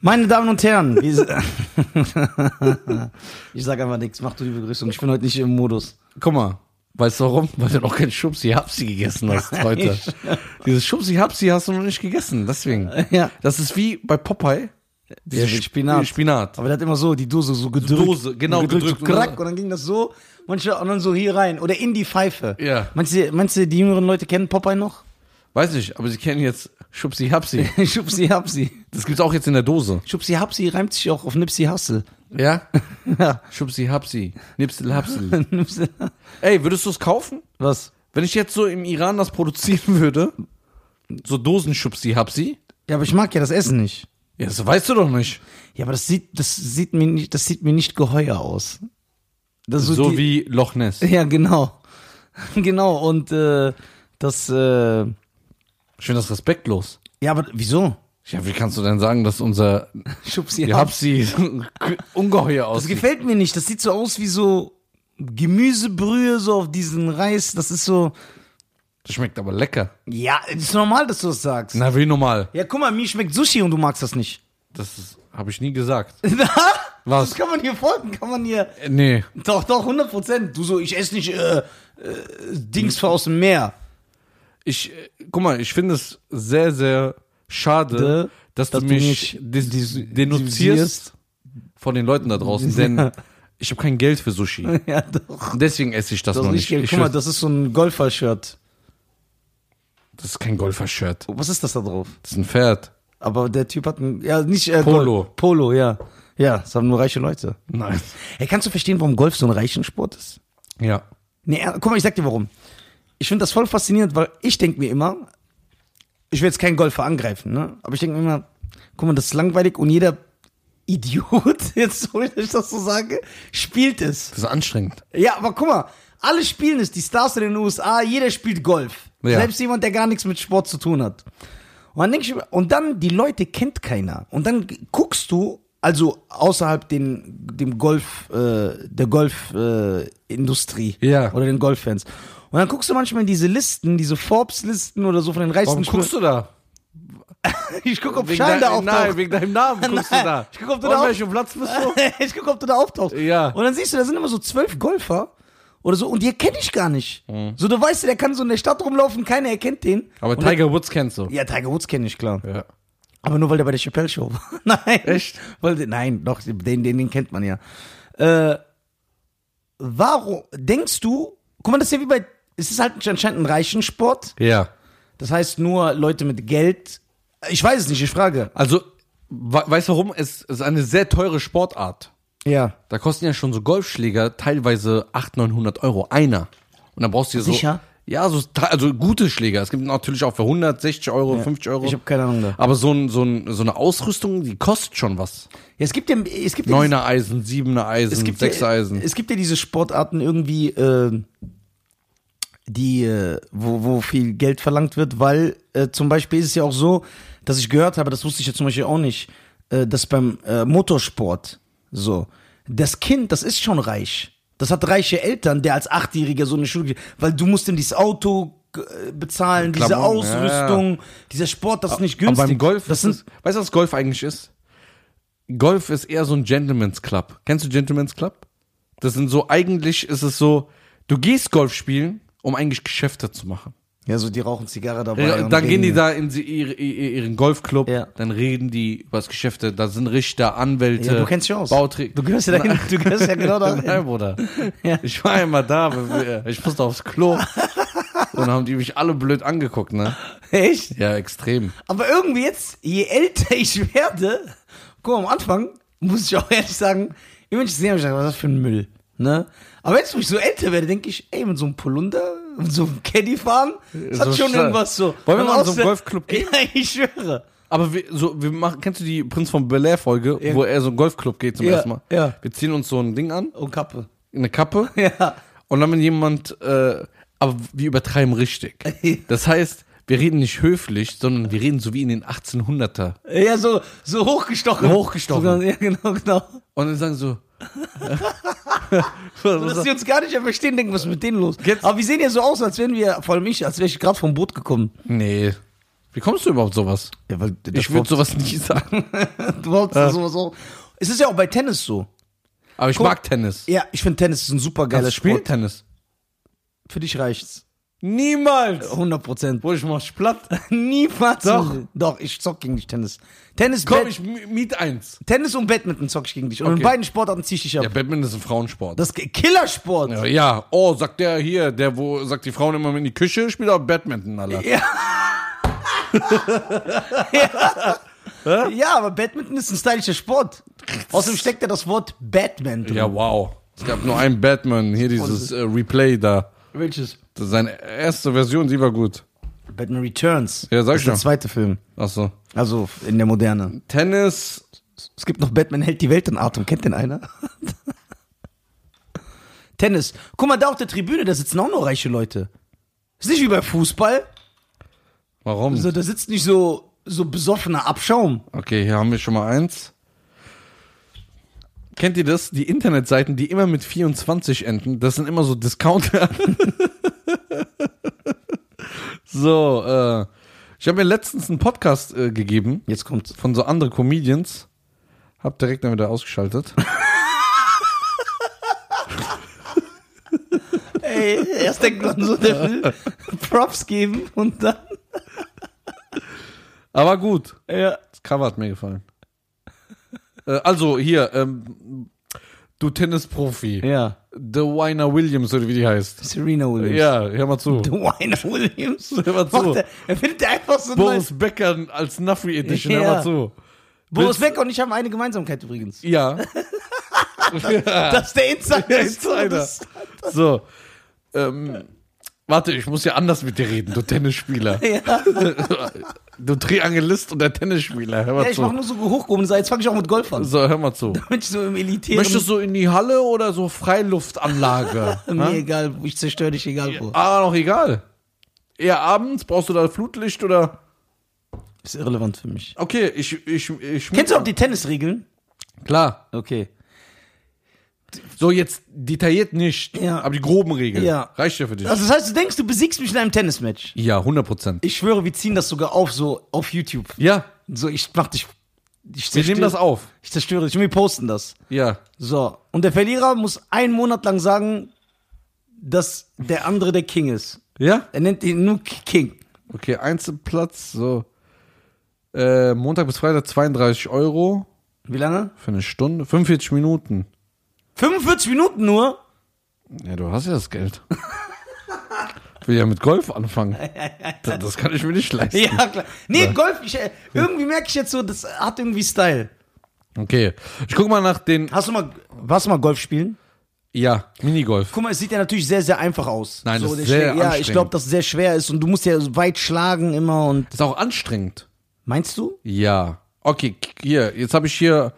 Meine Damen und Herren, wir- ich sag einfach nichts, mach du die Begrüßung. Ich bin heute nicht im Modus. Guck mal. Weißt du warum? Weil du noch kein Schubsi-Hapsi gegessen hast heute. Dieses Schubsi-Hapsi hast du noch nicht gegessen, deswegen. Ja. Das ist wie bei Popeye. Dieser Sp- Spinat. Spinat. Aber der hat immer so die Dose so gedrückt. Dose, genau, gedrückt. gedrückt. So krack, und dann ging das so, manche und dann so hier rein. Oder in die Pfeife. Ja. Meinst du, meinst du die jüngeren Leute kennen Popeye noch? Weiß nicht, aber sie kennen jetzt Schubsi-Hapsi. Schubsi Hapsi. Das gibt's auch jetzt in der Dose. Schubsi Hapsi reimt sich auch auf Nipsi Hassel. Ja? Ja. Schubsi-Hapsi. Nipsel-Hapsel. Ey, würdest du es kaufen? Was? Wenn ich jetzt so im Iran das produzieren würde, so Dosen-Schubsi-Hapsi, Ja, aber ich mag ja das Essen nicht. ja, das weißt du doch nicht. Ja, aber das sieht, das sieht mir nicht, das sieht mir nicht geheuer aus. Das ist So, die- wie Loch Ness. Ja, genau. Genau, und äh, das, äh, Ich finde das respektlos. ja, aber wieso? Ja, wie kannst du denn sagen, dass unser Schubsi Ihr Hapsi. habt sie ungeheuer Das aussieht. gefällt mir nicht. Das sieht so aus wie so Gemüsebrühe, so auf diesen Reis. Das ist so. Das schmeckt aber lecker. Ja, es ist normal, dass du das sagst. Na, wie normal. Ja, guck mal, mir schmeckt Sushi und du magst das nicht. Das habe ich nie gesagt. Was? Was? Das kann man hier folgen, kann man hier. Äh, Nee. Doch, doch, 100 Prozent. Du so, ich esse nicht äh, äh, Dings aus dem Meer. Ich, äh, guck mal, ich finde es sehr, sehr De- schade, dass, dass du du mich mich dis- dis- denunzierst von den Leuten da draußen, denn ich habe kein Geld für Sushi. Ja, doch. Und Deswegen esse ich das, Das noch ist nicht. nicht, Ich guck mal, weiß- das ist so ein Golfer-Shirt. das ist kein Golfer-Shirt. Was ist das da drauf? Das ist ein Pferd. Aber der Typ hat ein. Ja, nicht. Äh, Polo. Golf. Polo, ja. Ja, das haben nur reiche Leute. Nein. Hey, kannst du verstehen, warum Golf so ein reichen Sport ist? Ja. Nee, äh, guck mal, ich sag dir warum. Ich finde das voll faszinierend, weil ich denke mir immer, ich will jetzt keinen Golfer angreifen, ne? Aber ich denke mir immer, guck mal, das ist langweilig und jeder Idiot, jetzt sorry, dass ich das so sage, spielt es. Das ist anstrengend. Ja, aber guck mal, alle spielen es, die Stars in den USA, jeder spielt Golf. Ja. Selbst jemand, der gar nichts mit Sport zu tun hat. Und dann denke ich, mir- und dann, die Leute kennt keiner. Und dann g- guckst du, also außerhalb den, dem Golf, äh, der Golfindustrie äh, Industrie Ja. oder den Golffans. Und dann guckst du manchmal in diese Listen, diese Forbes-Listen oder so von den reichsten Warum guckst du da? Ich guck, ob Wegen Schein da dein- Nein, auftaucht. wegen deinem Namen guckst du Nein. da. Ich guck, ob du Auf da auf- welchem Platz bist du? ich guck, ob du da auftauchst. Ja. Und dann siehst du, da sind immer so zwölf Golfer oder so und die erkenne ich gar nicht. So, du weißt, der kann so in der Stadt rumlaufen, keiner erkennt den. Mhm. Aber und dann- Tiger Woods kennst du. Ja, Tiger Woods kenne ich, klar. Ja. Aber nur, weil der bei der Chappelle Show war. nein. Echt? Weil, der- nein, doch, den, den, den kennt man ja. Äh, warum denkst du, guck mal, das ist ja wie bei, es ist halt anscheinend ein reichen Sport. Ja. Das heißt nur Leute mit Geld. Ich weiß es nicht, ich frage. Also, we weißt du warum? Es ist eine sehr teure Sportart. Ja. Da kosten ja schon so Golfschläger teilweise 800, 900 Euro einer. Und dann brauchst du dir so. Sicher? Ja, so, ta- also gute Schläger. Es gibt natürlich auch für 160 Euro, 50 Euro. ich hab keine Ahnung da. Aber so, ein, so, ein, so eine Ausrüstung, die kostet schon was. Es gibt ja, es gibt ja diese- Neuner Eisen, siebener Eisen, es gibt sechser ja, Hm, äh, Eisen. Es gibt ja diese Sportarten irgendwie, äh, die, äh, wo, wo viel Geld verlangt wird, weil äh, zum Beispiel ist es ja auch so, dass ich gehört habe, das wusste ich ja zum Beispiel auch nicht, äh, dass beim äh, Motorsport so, das Kind, das ist schon reich. Das hat reiche Eltern, der als Achtjähriger so eine Schule geht, weil du musst ihm dieses Auto äh, bezahlen, diese Klamotten, ja, ja. Ah, Ausrüstung, dieser Sport, das ist nicht günstig. Aber beim Golf, das das ist, sind, weißt du, was Golf eigentlich ist? Golf ist eher so ein Gentleman's Club. Kennst du Gentleman's Club? Das sind so, eigentlich ist es so, du gehst Golf spielen, um eigentlich Geschäfte zu machen. ja, so die rauchen Zigarre dabei. Ja, und dann gehen die reden. da in sie, ihre, ihre- ihren Golfclub, Ja. dann reden die über das Geschäfte, da sind Richter, Anwälte, Ja, du kennst dich aus. Bauträger. Du gehörst ja dahin, du gehörst ja genau dahin. Nein, Bruder. Ja. Ich war einmal da, aber ich musste aufs Klo. Und haben die mich alle blöd angeguckt, ne? Echt? Ja, extrem. Aber irgendwie jetzt, je älter ich werde, guck mal, am Anfang muss ich auch ehrlich sagen, immer wenn ich das sehe, hab ich gedacht, was ist das für ein Müll, ne? Aber jetzt, wo ich so älter werde, denke ich, ey, mit so einem Polunder, mit so einem Caddy fahren, das So hat schon stark. irgendwas so. Wollen wir mal in so einen Außer- Golfclub gehen? Ja, ich schwöre. Aber wir, so, wir machen, kennst du die Prinz von Bel Air Folge, Ja. wo er so einen Golfclub geht zum Ja, ersten Mal? ja. Wir ziehen uns so ein Ding an, Und Kappe. eine Kappe. Ja. Und dann, wenn jemand, äh, aber wir übertreiben richtig. Das heißt, wir reden nicht höflich, sondern wir reden so wie in den 1800er. Ja, so, so hochgestochen. Hochgestochen. So, ja, genau, genau. Und dann sagen so, So, dass sie uns gar nicht mehr verstehen, denken, was ist mit denen los? Also Jetzt- Aber wir sehen ja so aus, als wären wir, vor allem ich, als wäre ich gerade vom Boot gekommen. nee, Wie kommst du überhaupt sowas? Ja, weil Ah. Ich würde sowas nie sagen. du wolltest sowas auch. Es ist ja auch bei Tennis so. Aber ich Guck, mag Tennis. Ja, ich finde Tennis ist ein super geiler Kannst du spielen Sport. Tennis. Für dich reicht's. Niemals. 100 Prozent. Wo ich mach's platt. Niemals. Doch. Doch, ich zock gegen dich Tennis. Tennis, Komm, Bad- ich mi- miet eins. Tennis und Badminton zock ich gegen dich. Und in Okay. beiden Sportarten zieh ich dich ab. Ja, Badminton ist ein Frauensport. Das ist K- Killersport. ja, ja, oh, sagt der hier, der wo sagt die Frauen immer mit in die Küche, spielt auch Badminton, Alter. Ja, aber Badminton ist ein stylischer Sport. Außerdem steckt ja das Wort Batman drin. Ja, wow. Es gab nur einen Batman, hier dieses äh, Replay da. Welches? Das ist Seine erste Version, die war gut. Batman Returns. Ja, sag das ich ist der doch. zweite Film. Achso. Also in der Moderne. Tennis, Es gibt noch Batman hält die Welt in Atem. Kennt den einer? Tennis. Guck mal, da auf der Tribüne, da sitzen auch nur reiche Leute. Ist nicht wie bei Fußball. warum? Also, da sitzt nicht so, so besoffener Abschaum. Okay, hier haben wir schon mal eins. Kennt ihr das? Die Internetseiten, die immer mit 24 enden, das sind immer so Discounter. so, äh, ich habe mir letztens einen Podcast äh, gegeben Jetzt kommt's. von so anderen Comedians. Hab direkt dann wieder ausgeschaltet. Ey, erst denkt man so, der will Props geben und dann. Aber gut, Ja. das Cover hat mir gefallen. Äh, also hier, ähm, du Tennisprofi, Ja. The Winer Williams oder wie die heißt. Serena Williams. Ja, hör mal zu. Dwayne Williams. mal zu. Macht er- Er findet einfach so Boris, Boris Becker als Nuffy Edition, Ja. hör mal zu. Boris Becker und ich haben eine Gemeinsamkeit übrigens. Ja. Das ist der Insider. Der Insider. So. Ähm, warte, ich muss ja anders mit dir reden, du Tennisspieler. Ja. Du Triangelist und der Tennisspieler, hör mal ja, ich mache zu. nur so hochgehoben. Jetzt fange ich auch mit Golf an. So, hör mal zu. Bin ich so im elitären. Möchtest du in die Halle oder so Freiluftanlage? Mir egal, wo ich zerstöre dich, egal wo. ah, noch egal. Eher abends, brauchst du da Flutlicht oder. Ist irrelevant für mich. Okay, ich. ich, ich Kennst du auch die Tennisregeln? Klar. Okay. So, jetzt detailliert nicht, Ja. aber die groben Regeln. Ja. Reicht ja für dich. Also das heißt, du denkst, du besiegst mich in einem Tennismatch. Ja, 100 Prozent. Ich schwöre, wir ziehen das sogar auf, so auf YouTube. Ja, So, ich mach dich. Ich wir nehmen das auf. Ich zerstöre dich und wir posten das. Ja. So, und der Verlierer muss einen Monat lang sagen, dass der andere der King ist. Ja? Er nennt ihn nur K- King. Okay, Einzelplatz, so. Äh, Montag bis Freitag 32 Euro Wie lange? für eine Stunde. 45 Minuten. 45 Minuten nur? Ja, du hast ja das Geld. Will ja mit Golf anfangen. Das, das kann ich mir nicht leisten. Ja, klar. Nee, Golf, ich, äh, irgendwie merke ich jetzt so, das hat irgendwie Style. Okay, ich guck mal nach den. Hast du mal, warst du mal Golf spielen? Ja, Minigolf. Guck mal, es sieht ja natürlich sehr, sehr einfach aus. Nein, das ist der sehr Schläger- Ja, ich anstrengend. glaube, dass es sehr schwer ist und du musst ja so weit schlagen immer und. Ist auch anstrengend. Meinst du? Ja. Okay, k- hier, jetzt habe ich hier.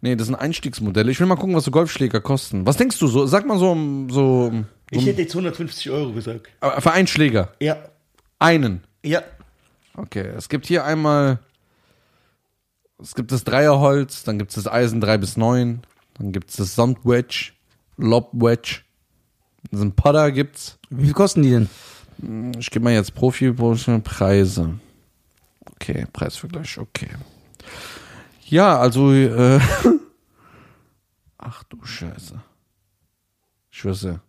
Nee, das sind Einstiegsmodelle. Ich will mal gucken, was so Golfschläger kosten. Was denkst du so? Sag mal so. so, so hätte jetzt 150 Euro gesagt. äh, für einen Schläger. Um Ja. Einen. Ja. Okay, es gibt hier einmal, es gibt das Dreierholz, dann gibt es das Eisen 3 bis 9, dann gibt es das Sandwedge, Lobwedge, so ein Putter gibt's. Wie viel kosten die denn? Ich gebe mal jetzt profi preise Okay, Preisvergleich, okay. Ja, also, äh, ach du Scheiße. Ich schwör's ja.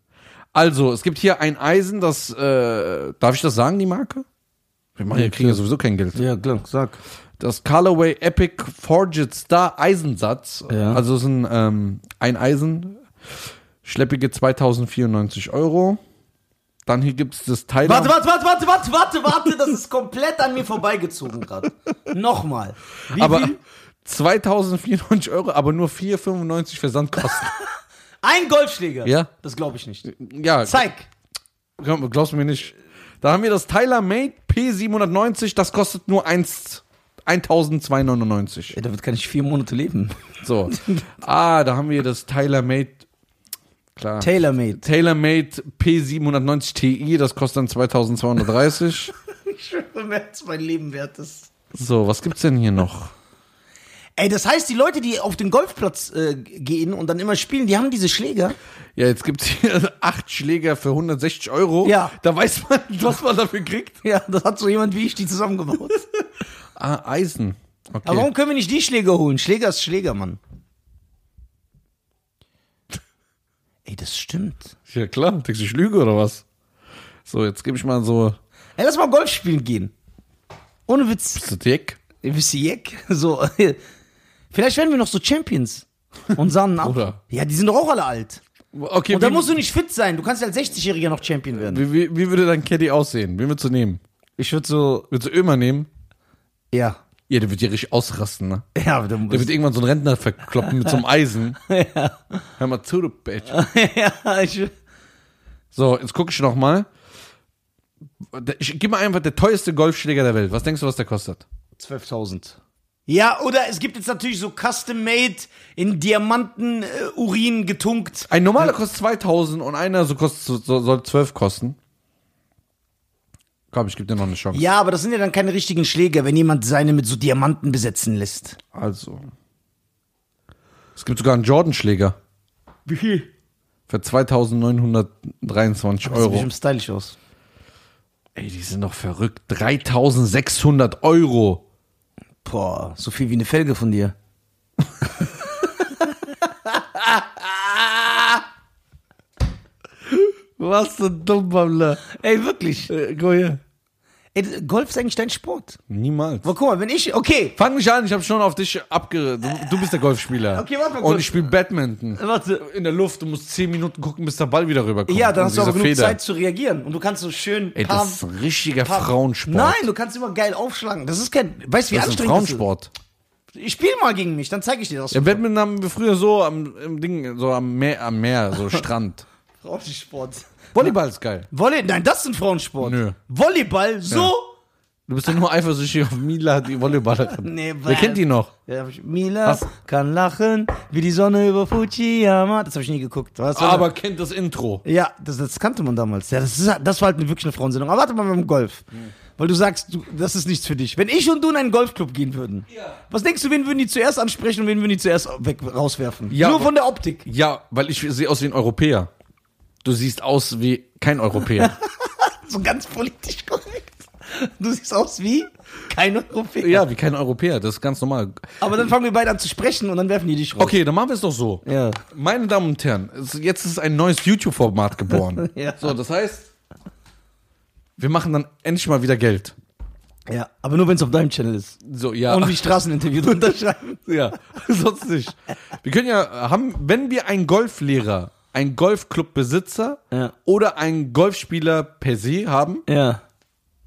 Also, es gibt hier ein Eisen, das, äh, darf ich das sagen, die Marke? Wir machen, wir kriegen ja sowieso kein Geld. Ja, klar, sag. Das Callaway Epic Forged Star Eisensatz, Ja. also es ist ein, ähm, ein Eisen, schleppige 2094 Euro. Dann hier gibt es das Thailand. Warte, warte, warte, warte, warte, warte, warte, das ist komplett an mir vorbeigezogen gerade. Nochmal. Wie aber viel? 2094 Euro, aber nur 4,95 Versandkosten. Ein Golfschläger. Ja. Das glaube ich nicht. ja, Zeig. glaub- glaubst du mir nicht. Da haben wir das Tyler Made P790, das kostet nur 1, 1299. Ja, damit kann ich vier Monate leben. So. ah, da haben wir das Tyler Made. Klar. Tailor-made. TaylorMade P790 Ti, das kostet dann 2230. Ich schwöre, mehr als mein Leben wert ist. so, was gibt's denn hier noch? Ey, das heißt, die Leute, die auf den Golfplatz äh, gehen und dann immer spielen, die haben diese Schläger. Ja, jetzt gibt's hier acht Schläger für 160 Euro. Ja. Da weiß man, was man dafür kriegt. Ja, das hat so jemand wie ich die zusammengebaut. Ah, Eisen. Okay. Aber warum können wir nicht die Schläger holen? Schläger ist Schläger, Mann. Ey, das stimmt. Ja klar, denkst du, ich lüge oder was? So, jetzt gebe ich mal so Ey, lass mal Golf spielen gehen. Ohne Witz. zu Dick. Ihr wisst ihr, Jack? So. äh, Vielleicht werden wir noch so Champions. Und sahen ab. Oder? Ja, die sind doch auch alle alt. Okay, Und da wie, musst du nicht fit sein. Du kannst als 60-Jähriger noch Champion werden. wie, wie, wie würde dein Caddy aussehen? Wen würdest du nehmen? Ich würde so. Würdest du Ömer nehmen? Ja. Ja, der wird ja richtig ausrasten, ne? Ja, aber du Der musst. wird irgendwann so einen Rentner verkloppen mit so einem Eisen. Ja, Hör mal zu, du Bitch. ja ich, So, jetzt gucke ich noch mal. Der- Ich, gib mal einfach der teuerste Golfschläger der Welt. Was denkst du, was der kostet? 12.000. Ja, oder es gibt jetzt natürlich so custom-made in Diamanten-Urin getunkt. Ein normaler kostet 2000 und einer so kostet, so- so, soll 12 kosten. Komm, ich gebe dir noch eine Chance. Ja, aber das sind ja dann keine richtigen Schläger, wenn jemand seine mit so Diamanten besetzen lässt. Also. Es gibt sogar einen Jordan-Schläger Wie viel? für 2923 Das sieht Euro. bestimmt stylisch aus. Ey, die sind doch verrückt. 3600 Euro. Boah, so viel wie eine Felge von dir. Was so dumm, Babbler. Ey, wirklich. Äh, guck hier. Ey, d- Golf ist eigentlich dein Sport. Niemals. Aber guck mal, wenn ich. Okay, Fang mich an, ich habe schon auf dich abge... Du, du bist der Golfspieler. Okay, warte mal Und kurz. ich spiele Badminton. warte. In der Luft, du musst 10 Minuten gucken, bis der Ball wieder rüberkommt. Ja, dann Und hast du diese aber genug Oh, Feder. Zeit zu reagieren. Und du kannst so schön. Ey, das ist ein richtiger Frauensport. Nein, du kannst immer geil aufschlagen. Das ist kein. Weißt du, wie das ist ein anstrengend das ist? Frauensport. Ich spiel mal gegen mich, dann zeige ich dir das. Ja, Badminton haben wir früher so am im Ding, so am Meer, am Meer, so Strand. Frauensport. Volleyball ist geil. Volley Nein, das ist ein Frauensport. Nö. Volleyball, so. Du bist ja nur eifersüchtig auf Mila, die Volleyballerin. Nee, Wer kennt die noch? Ja, hab ich, Mila Was? kann lachen, wie die Sonne über Fujiyama. Das habe ich nie geguckt. Was war Aber kennt das Intro. Ja, das, das kannte man damals. Ja, das, ist, das war halt eine, wirklich eine Frauensendung. Aber warte mal beim Golf. Weil du sagst, du, das ist nichts für dich. Wenn ich und du in einen Golfclub gehen würden, was denkst du, wen würden die zuerst ansprechen und wen würden die zuerst weg, rauswerfen? Ja, Nur aber- von der Optik. Ja, weil ich sehe aus wie ein Europäer. Du siehst aus wie kein Europäer. So ganz politisch korrekt. Du siehst aus wie kein Europäer. ja, wie kein Europäer, das ist ganz normal. Aber dann fangen wir beide an zu sprechen und dann werfen die dich raus. Okay, dann machen wir es doch so. Ja. Meine Damen und Herren, es- jetzt ist ein neues YouTube-Format geboren. Ja. So, das heißt, wir machen dann endlich mal wieder Geld. Ja, aber nur wenn es auf deinem Channel ist. So, ja. Und die Straßeninterview drunter schreiben. Ja, sonst nicht. Wir können ja haben, wenn wir einen Golflehrer, einen Golfclubbesitzer Ja. oder einen Golfspieler per se haben, Ja.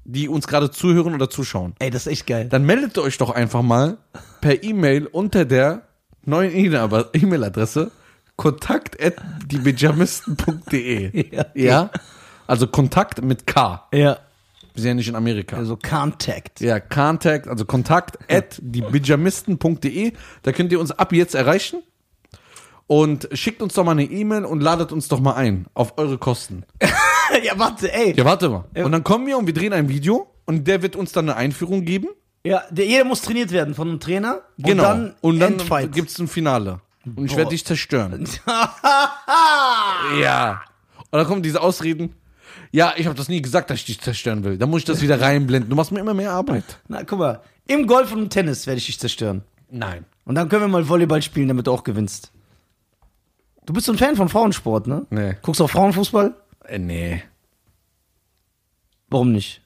die uns gerade zuhören oder zuschauen, Ey, das ist echt geil. dann meldet euch doch einfach mal per E-Mail unter der neuen E-Mail- aber- E-Mail-Adresse kontakt Ja. ja? Also Kontakt mit K. Ja. Wir sind ja nicht in Amerika. Also Contact. Ja, Contact, also Kontakt at diebijamisten.de. Da könnt ihr uns ab jetzt erreichen. Und schickt uns doch mal eine E-Mail und ladet uns doch mal ein. Auf eure Kosten. ja, warte, ey. Ja, warte mal. Und dann kommen wir und wir drehen ein Video und der wird uns dann eine Einführung geben. Ja, der, jeder muss trainiert werden von einem Trainer. Und genau. Dann und dann Endfight. gibt's ein Finale. Und ich Boah. werde dich zerstören. ja. Und dann kommen diese Ausreden. Ja, ich habe das nie gesagt, dass ich dich zerstören will. Dann muss ich das wieder reinblenden. Du machst mir immer mehr Arbeit. Na, guck mal. Im Golf und im Tennis werde ich dich zerstören. Nein. Und dann können wir mal Volleyball spielen, damit du auch gewinnst. Du bist so ein Fan von Frauensport, ne? Nee. Guckst du auf Frauenfußball? Äh, nee. Warum nicht?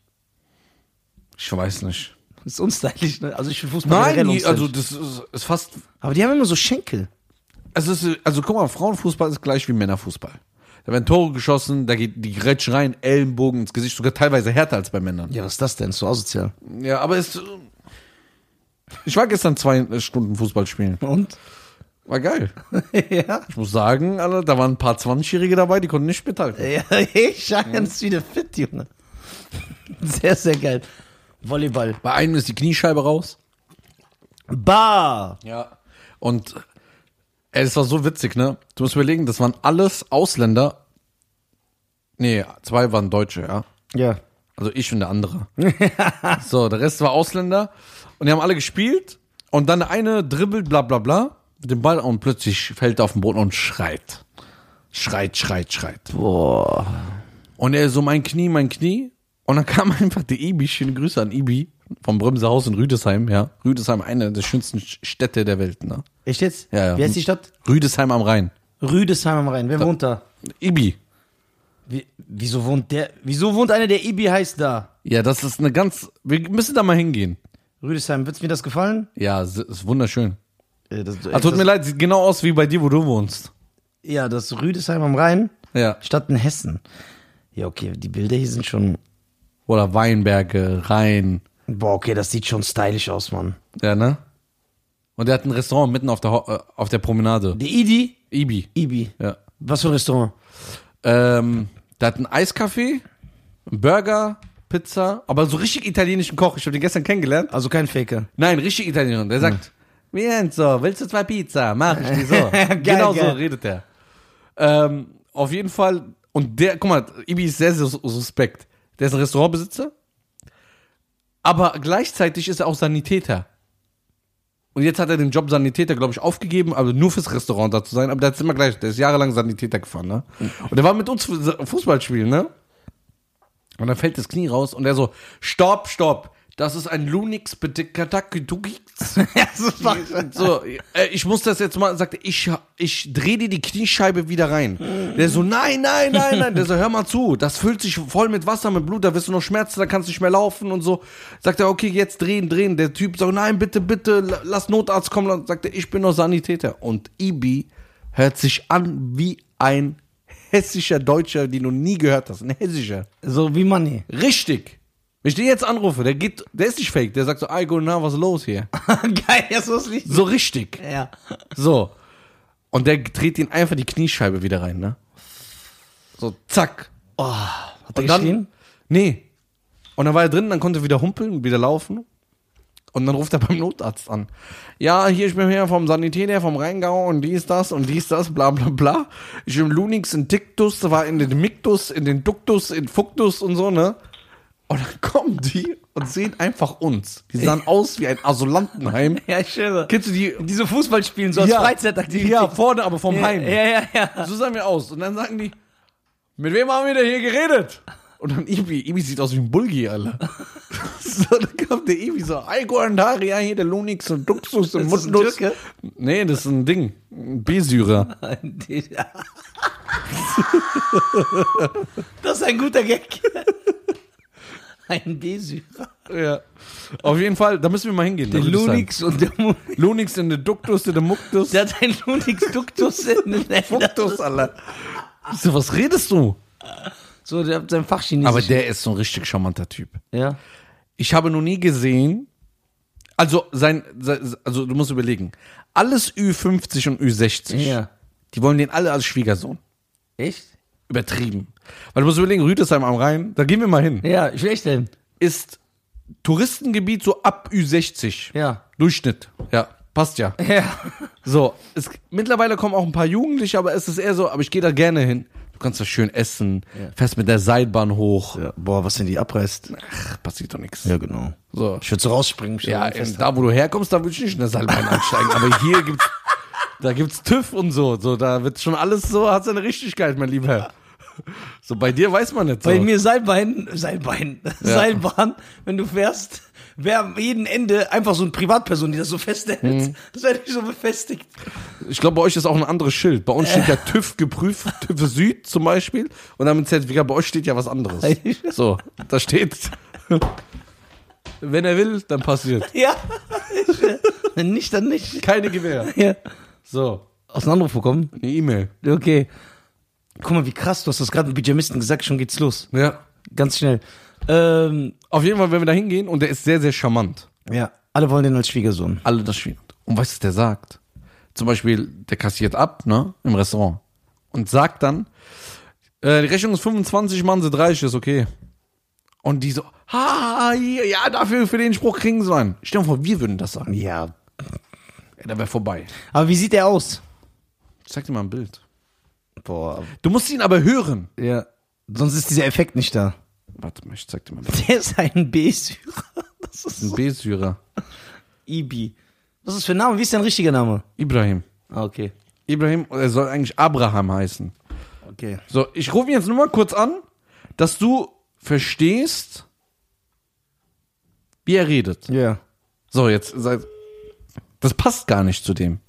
Ich weiß nicht. Ist unstylisch, ne? Also ich finde Fußball Nein, generell die, also unstylisch. das ist, ist fast. Aber die haben immer so Schenkel. Also, es ist, also guck mal, Frauenfußball ist gleich wie Männerfußball. Da werden Tore geschossen, da geht die Grätschen rein, Ellenbogen ins Gesicht, sogar teilweise härter als bei Männern. Ja, was ist das denn? So asozial. Ja, aber es. Ich war gestern zwei äh, Stunden Fußball spielen. Und? War geil. ja. Ich muss sagen, Alter, da waren ein paar 20-Jährige dabei, die konnten nicht mithalten. Ja, hey, Schagan ist wieder fit, Junge. Sehr, sehr geil. Volleyball. Bei einem ist die Kniescheibe raus. Bar. Ja. Und ey, das war so witzig, ne? Du musst überlegen, das waren alles Ausländer. Nee, zwei waren Deutsche, ja. Ja. Also ich und der andere. so, der Rest war Ausländer. Und die haben alle gespielt. Und dann eine dribbelt, bla bla bla, mit dem Ball und plötzlich fällt er auf den Boden und schreit. Schreit, schreit, schreit. Boah. Und er so, mein Knie, mein Knie. Und dann kam einfach der Ibi, schöne Grüße an Ibi, vom Bremsehaus in Rüdesheim, ja. Rüdesheim, eine der schönsten Städte der Welt, ne? Echt jetzt? Ja, ja. Wie heißt die Stadt? Rüdesheim am Rhein. Rüdesheim am Rhein. Wer wohnt da? Ibi. Wie, wieso wohnt der? Wieso wohnt einer, der Ibi heißt, da? Ja, das ist eine ganz, wir müssen da mal hingehen. Rüdesheim, wird's mir das gefallen? Ja, es ist wunderschön. Äh, das, Ah, tut mir leid, sieht genau aus wie bei dir, wo du wohnst. Ja, das Rüdesheim am Rhein, Ja. Stadt in Hessen. Ja, okay, die Bilder hier sind schon. Oder Weinberge, Rhein. Boah, okay, das sieht schon stylisch aus, Mann. Ja, ne? Und der hat ein Restaurant mitten auf der, Ho- äh, auf der Promenade. Der Idi? Ibi. Ibi. Ja. Was für ein Restaurant? Ähm, der hat ein Eiscafé, einen Burger, Pizza, aber so richtig italienischen Koch. Ich habe den gestern kennengelernt. Also kein Faker. Nein, richtig Italiener. Der sagt, Mienzo, willst du zwei Pizza? Mach ich die so. Geil, genau so geil. redet er. Ähm, auf jeden Fall, und der, guck mal, Ibi ist sehr, sehr sus- suspekt. Der ist ein Restaurantbesitzer, aber gleichzeitig ist er auch Sanitäter. Und jetzt hat er den Job Sanitäter, glaube ich, aufgegeben, also nur fürs Restaurant da zu sein. Aber der hat immer gleich, der ist jahrelang Sanitäter gefahren, ne? Und der war mit uns Fu- Fußball spielen, ne? Und dann fällt das Knie raus und er so, stopp, stopp, das ist ein Lunix Bedekadakidugix. so, äh, ich muss das jetzt mal, sagt er, ich, ich drehe dir die Kniescheibe wieder rein. Der so, nein, nein, nein, nein. Der so, hör mal zu, das füllt sich voll mit Wasser, mit Blut, da wirst du noch Schmerzen, da kannst du nicht mehr laufen und so. Sagt er, okay, jetzt drehen, drehen. Der Typ sagt, nein, bitte, bitte, la- lass Notarzt kommen. Dann sagt er, ich bin noch Sanitäter. Und Ibi hört sich an wie ein hessischer Deutscher, den du nie gehört hast. Ein hessischer. So wie Money. Richtig. Wenn ich den jetzt anrufe, der geht, der ist nicht fake, der sagt so, ey, guten Abend, was ist los hier? Geil, das muss nicht. So richtig. Ja. So. Und der dreht ihn einfach die Kniescheibe wieder rein, ne? So, zack. Oh, Hat er geschrien? Nee. Und dann war er drin, dann konnte er wieder humpeln, wieder laufen. Und dann ruft er beim Notarzt an. Ja, hier, ich bin hier vom Sanitäter, vom Rheingau und dies, das und dies, das, bla, bla, bla. Ich bin Lunix in Dictus, war in den Mictus, in den Ductus, in Fuctus und so, ne? Und dann kommen die und sehen einfach uns. Die sahen aus wie ein Asylantenheim. Ja, ich schwöre. Kennst du die? Diese Fußballspielen, so als Freizeitaktivität. Ja, vorne, aber vom Heim. ja, ja. So sahen wir aus. Und dann sagen die, mit wem haben wir denn hier geredet? Und dann Ibi, Ibi sieht aus wie ein Bulgi, Alter. so, dann kam der Ibi so, Alkohandaria, hier der Lunix und Duxus und Ist das ein Mutnus. Türke? Nee, das ist ein Ding. Ein B-Syrer. Das ist ein guter Gag. Ein B-Syrer. ja. Auf jeden Fall, da müssen wir mal hingehen. Der da würde ich Lunix sagen. und der Munix. Lunix in der Ductus, in der Muktus. Der hat einen Lunix Ductus in den Händen. Ductus, Alter. Ich so, was redest du? So, der hat sein Fachchinesisch. Aber der ist so ein richtig charmanter Typ. ja. Ich habe noch nie gesehen, also sein, se- also du musst überlegen, alles Ü50 und Ü60, Ja. die wollen den alle als Schwiegersohn. Echt? Übertrieben. Weil du musst überlegen, Rüdesheim am Rhein, da gehen wir mal hin, Ja, ich will echt hin. ist Touristengebiet so ab Ü60. Ja. Durchschnitt. Ja, passt ja. Ja. So, es, mittlerweile kommen auch ein paar Jugendliche, aber es ist eher so, aber ich gehe da gerne hin. Du kannst da schön essen, fährst mit der Seilbahn hoch. Boah, was denn die abreißt? Ach, passiert doch nichts. Ja, genau. So. Ich würde so rausspringen. Ja, ähm, da wo du herkommst, da würde ich nicht in der Seilbahn einsteigen. Aber hier gibt's, da gibt's TÜV und so. So, da wird schon alles so, hat seine Richtigkeit, mein lieber Herr. So, bei dir weiß man nicht so. Bei mir Seilbein, Seilbein, Seilbahn, wenn du fährst, wäre am jeden Ende einfach so eine Privatperson, die das so festhält. Das wäre nicht so befestigt. Ich glaube, bei euch ist auch ein anderes Schild. Bei uns steht ja TÜV geprüft, TÜV Süd zum Beispiel. Und dann mit Zertifikat, bei euch steht ja was anderes. So, da steht, wenn er will, dann passiert. Ja. Wenn nicht, dann nicht. Keine Gewähr. Ja. So, Aus dem Anruf bekommen? eine E-Mail. Okay. Guck mal, wie krass, du hast das gerade mit Pyjamisten gesagt, schon geht's los. Ja. Ganz schnell. Ähm, Auf jeden Fall, wenn wir da hingehen, und der ist sehr, sehr charmant. ja, alle wollen den als Schwiegersohn. alle das Schwierig. Und weißt du, was der sagt? Zum Beispiel, der kassiert ab, ne, im Restaurant. Und sagt dann, äh, die Rechnung ist 25, machen sie 30, ist okay. Und die so, ha, hier, ja, dafür, für den Spruch kriegen sie einen. Stell dir vor, wir würden das sagen. Ja. Ja, da wäre vorbei. Aber wie sieht er aus? Ich zeig dir mal ein Bild. Boah. Du musst ihn aber hören. Ja. Sonst ist dieser Effekt nicht da. Warte mal, ich zeig dir mal ein Bild. Der ist ein B-Syrer. Das ist Ein B-Syrer. Ibi. Was ist das für ein Name? Wie ist dein richtiger Name? Ibrahim. Ah, okay. Ibrahim, er soll eigentlich Abraham heißen. Okay. So, ich rufe ihn jetzt nur mal kurz an, dass du verstehst, wie er redet. Ja. So, jetzt sag- Das passt gar nicht zu dem.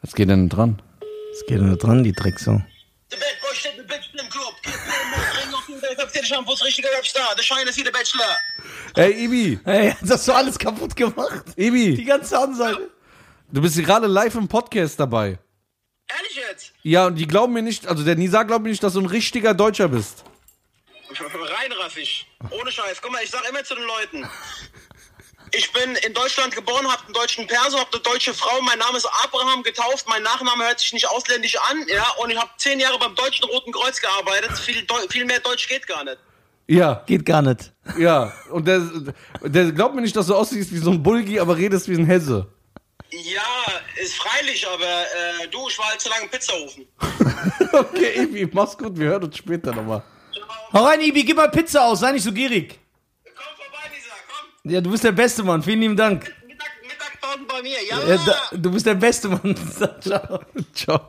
Was geht denn dran? Es geht nur dran, die Drecksau. De bad boy shit, de bitch in de club. Keep playing, man. Bring nog een beetje op de shampoo, het richtige rapstar. De shine is hier de bachelor. Ey, Ibi, Ey, jetzt hast du alles kaputt gemacht. Die Ibi, ganze Ansage. du bist gerade live im Podcast dabei. Ehrlich jetzt? Ja, und die glauben mir nicht, also der Nisa glaubt mir nicht, dass du ein richtiger Deutscher bist. Reinraffig. Ohne Scheiß. Guck mal, ich sag immer zu den Leuten. Ich bin in Deutschland geboren, hab einen deutschen Perso, hab eine deutsche Frau. Mein Name ist Abraham, getauft. Mein Nachname hört sich nicht ausländisch an. Ja, und ich habe zehn Jahre beim Deutschen Roten Kreuz gearbeitet. Viel, Deu viel mehr Deutsch geht gar nicht. Ja, Geht gar nicht. ja. Und der, der glaubt mir nicht, dass du aussiehst wie so ein Bulgi, aber redest wie ein Hesse. Ja, ist freilich, aber äh, du, ich war halt zu lange im Pizzaofen. Okay, Ibi, mach's gut, wir hören uns später nochmal. Hau rein, Ibi, gib mal Pizza aus, sei nicht so gierig. Komm vorbei, Lisa, komm. Ja, du bist der beste Mann, vielen lieben Dank. Mittag, Mittagpausen bei mir, ja. Ja, Äh, da, du bist der beste Mann. Ciao. Ciao.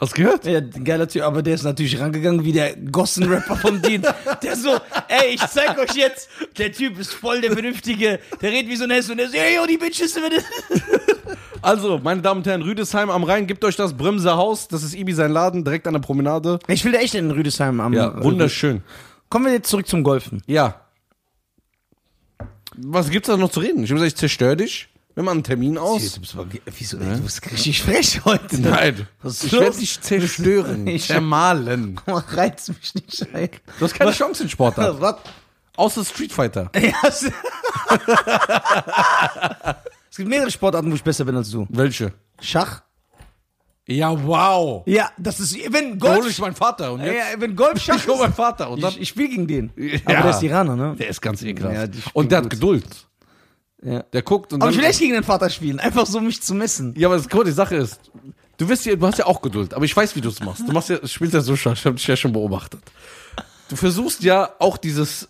Hast gehört? Ja, ein geiler Typ, aber der ist natürlich rangegangen wie der Gossen-Rapper vom Dien. Der so, ey, ich zeig euch jetzt, der Typ ist voll der Vernünftige, der redet wie so ein Hess und der so, ey, yo, die Bitches sind mit- Also, meine Damen und Herren, Rüdesheim am Rhein, gebt euch das Bremser Haus. Das ist Ibi sein Laden, direkt an der Promenade. Ich will da echt in Rüdesheim am. wunderschön. Kommen wir jetzt zurück zum Golfen. Ja. Was gibt's da noch zu reden? Ich würde sagen, ich zerstör dich. Wir machen einen Termin aus. bist, aber, wieso, ey, du bist richtig frech heute. Nein. Was ist Ich los? werde dich zerstören. Ich- Zermahlen. Reiz mich nicht ein. Du hast keine Chance in Sportart. Was? Außer Street Fighter. Ja, es- es gibt mehrere Sportarten, wo ich besser bin als du. Welche? Schach? Ja, wow. Ja, das ist. Wenn Da hole ich Golf. meinen Vater und jetzt. Ja, wenn Golf Schach Ich hole meinen ist, Vater und dann. ich, ich spiele gegen den. Ja. Aber der ist Iraner, ne? Der ist ganz ekelhaft. Ja, die spielen und der hat Geduld. Ja. Der guckt und Aber dann. ich will echt gegen den Vater spielen, einfach so um mich zu messen. Ja, aber das Gute, die Sache ist, du wirst ja, du hast ja auch Geduld, aber ich weiß, wie du es machst. Du machst ja, spielst ja so schach, ich habe dich ja schon beobachtet. Du versuchst ja auch dieses,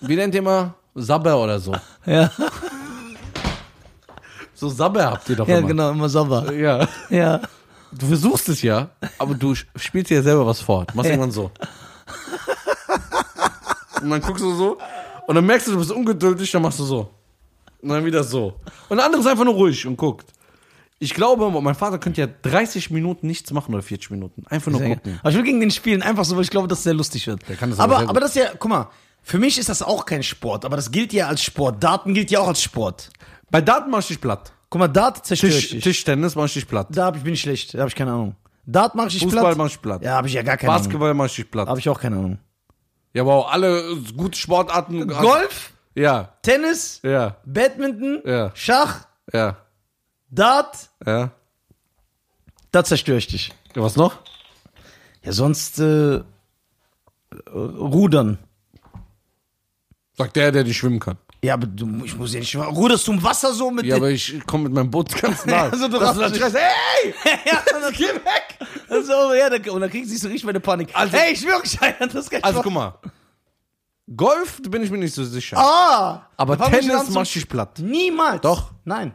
wie nennt ihr mal, Sabber oder so. Ja, So Sabber habt ihr doch ja immer. genau, immer sauber. Ja. Ja. Du versuchst es ja, aber du sch- spielst dir ja selber was vor. Du machst irgendwann so. Und dann guckst du so und dann merkst du, du bist ungeduldig, dann machst du so. Und dann wieder so. Und der andere ist einfach nur ruhig und guckt. Ich glaube, mein Vater könnte ja 30 Minuten nichts machen oder 40 Minuten. Einfach nur gucken. Aber ich will gegen den spielen, einfach so, weil ich glaube, dass der lustig wird. kann das aber, aber sehr aber, gut. das ist ja, guck mal, für mich ist das auch kein Sport, aber das gilt ja als Sport. Daten gilt ja auch als Sport. Bei Daten mach ich dich platt. Guck mal, Dart zerstöre Tisch, ich. dich. Tischtennis mach ich dich platt. Da hab ich, bin ich schlecht, da habe ich keine Ahnung. Dart mache ich Fußball platt. mach ich platt. Ja, habe ich ja gar keine Ahnung. Basketball mach ich dich platt. Habe ich auch keine Ahnung. Ja, wow, alle äh, gute Sportarten. Golf, Ja, Tennis, ja, Badminton, Ja. Schach, ja, Dart, ja. da zerstöre ich dich. Ja, was noch? Ja, sonst äh, äh, Rudern. Sagt der, der nicht schwimmen kann. Ja, aber du, ich muss ja nicht. Ruderst du im Wasser so mit Ja, den- aber ich komme mit meinem Boot ganz nah. Also du Dass rast dann nicht. schreist, hey! ja, und dann, geh weg! So, ja, dann, und dann kriegst du so richtig meine Panik. Also- hey, ich schwöre, Scheitern, das ist kein Also Spaß. guck mal. Golf, da bin ich mir nicht so sicher. Ah! aber Warum ich Tennis dann so- mach ich dich platt. Niemals. Doch. Nein.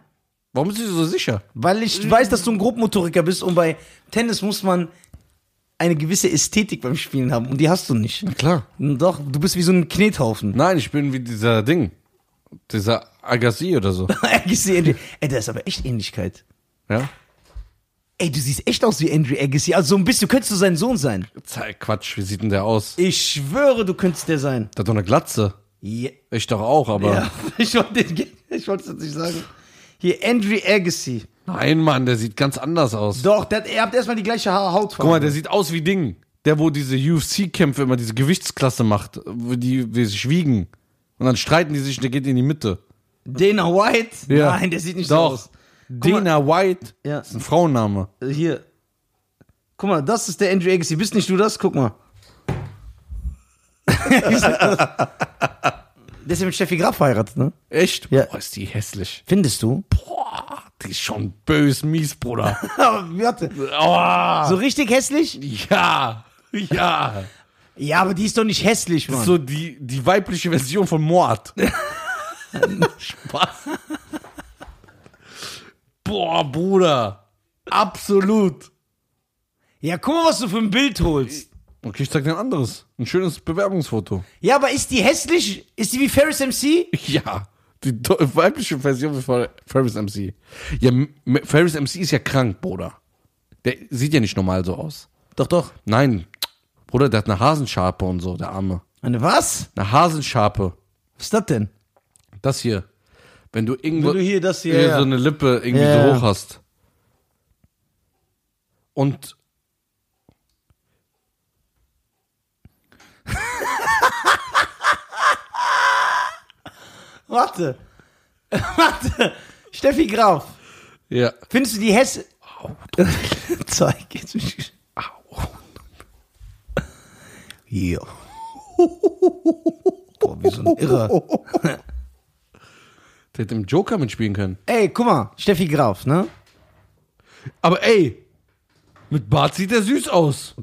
Warum bist du so sicher? Weil ich weiß, dass du ein Grobmotoriker bist und bei Tennis muss man eine gewisse Ästhetik beim Spielen haben und die hast du nicht. Klar. Doch, du bist wie so ein Knethaufen. Nein, ich bin wie dieser Ding. Dieser Agassi oder so. Agassi, Andrew. Ey, das ist aber echt Ähnlichkeit. Ja? Ey, du siehst echt aus wie Andrew Agassi. Also so ein bisschen, du könntest du sein Sohn sein. Zeig Quatsch, wie sieht denn der aus? Ich schwöre, du könntest der sein. Der hat doch eine Glatze. Ja. Ich doch auch, aber. ja. Ich wollte ich wollte es jetzt nicht sagen. Hier, Andrew Agassi. Nein, Mann, der sieht ganz anders aus. Doch, der, hat- ihr habt erstmal die gleiche Ha- Hautfarbe. Guck mal, der sieht aus wie Ding. Der, wo diese UFC-Kämpfe immer diese Gewichtsklasse macht, wo die, die sich wiegen. Und dann streiten die sich, der geht in die Mitte. Dana White? Ja. Nein, der sieht nicht Doch. so aus. Guck mal, Dana White Ja. ist ein Frauenname. äh, hier. Guck mal, das ist der Andrew Agassi. Bist nicht du das? Guck mal. der ist ja mit Steffi Graf verheiratet, ne? Echt? Ja. Boah, ist die hässlich. Findest du? Boah, die ist schon bös mies, Bruder. Warte. oh, So richtig hässlich? ja, ja. Ja, aber die ist doch nicht hässlich, Das Mann. ist so die, die weibliche Version von Mord. Spaß. Boah, Bruder. Absolut. ja, guck mal, was du für ein Bild holst. Okay, ich zeig dir ein anderes. Ein schönes Bewerbungsfoto. Ja, aber ist die hässlich? Ist die wie Ferris MC? Ja. Die do- weibliche Version von Ferris MC. Ja, M- M- Ferris MC ist ja krank, Bruder. Der sieht ja nicht normal so aus. Doch, doch. Nein. Bruder, der hat eine Hasenscharpe und so, der Arme. Eine was? Eine Hasenscharpe. Was ist das denn? Das hier. Wenn du irgendwo Wenn du hier das hier, hier ja. so eine Lippe irgendwie Ja, ja. so hoch hast. Und Warte. Warte. Steffi Graf. ja. Findest du die hässlich? Zeig jetzt mich. Ja. Boah, wie so ein Irrer. Der hätte im Joker mitspielen können. Ey, guck mal, Steffi Graf, ne? Aber ey, mit Bart sieht er süß aus.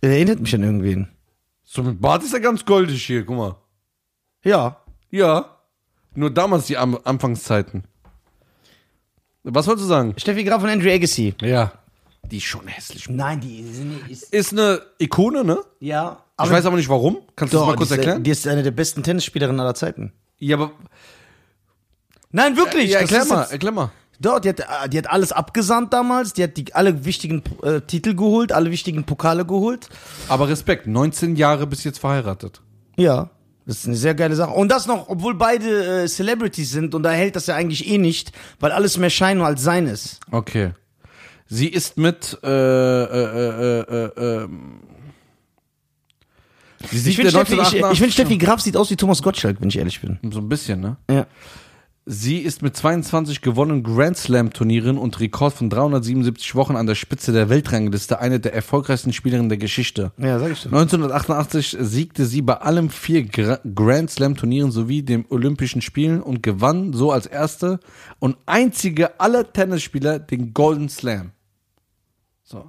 Erinnert mich an irgendwen. So mit Bart ist er ganz goldig hier, guck mal. Ja. Ja. Nur damals die Am Anfangszeiten. Was wolltest du sagen? Steffi Graf und Andrew Agassi. Ja. Die ist schon hässlich. Nein, die sind ist, Ist eine Ikone, ne? ja. Ich weiß aber nicht warum. Kannst du das mal kurz die, ist, äh, erklären? die ist eine der besten Tennisspielerinnen aller Zeiten. Ja, aber. Nein, wirklich. Ja, das erklär ist mal, jetzt- erklär mal. Doch, die hat, äh, die hat alles abgesandt damals. Die hat die, alle wichtigen äh, Titel geholt, alle wichtigen Pokale geholt. Aber Respekt, 19 Jahre bis jetzt verheiratet. Ja. Das ist eine sehr geile Sache. Und das noch, obwohl beide äh, Celebrities sind und da hält das ja eigentlich eh nicht, weil alles mehr Schein als sein ist. Okay. Sie ist mit. Äh, äh, äh, äh, äh, Sie sieht Ich finde, der Steffi, ich, ich 1988 find, Steffi Graf sieht aus wie Thomas Gottschalk, wenn ich ehrlich bin. So ein bisschen, ne? Ja. Sie ist mit 22 gewonnenen Grand Slam-Turnieren und Rekord von 377 Wochen an der Spitze der Weltrangliste eine der erfolgreichsten Spielerinnen der Geschichte. Ja, sag ich doch. 1988 siegte sie bei allen vier Gra Grand Slam-Turnieren sowie den Olympischen Spielen und gewann so als erste und einzige aller Tennisspieler den Golden Slam. So.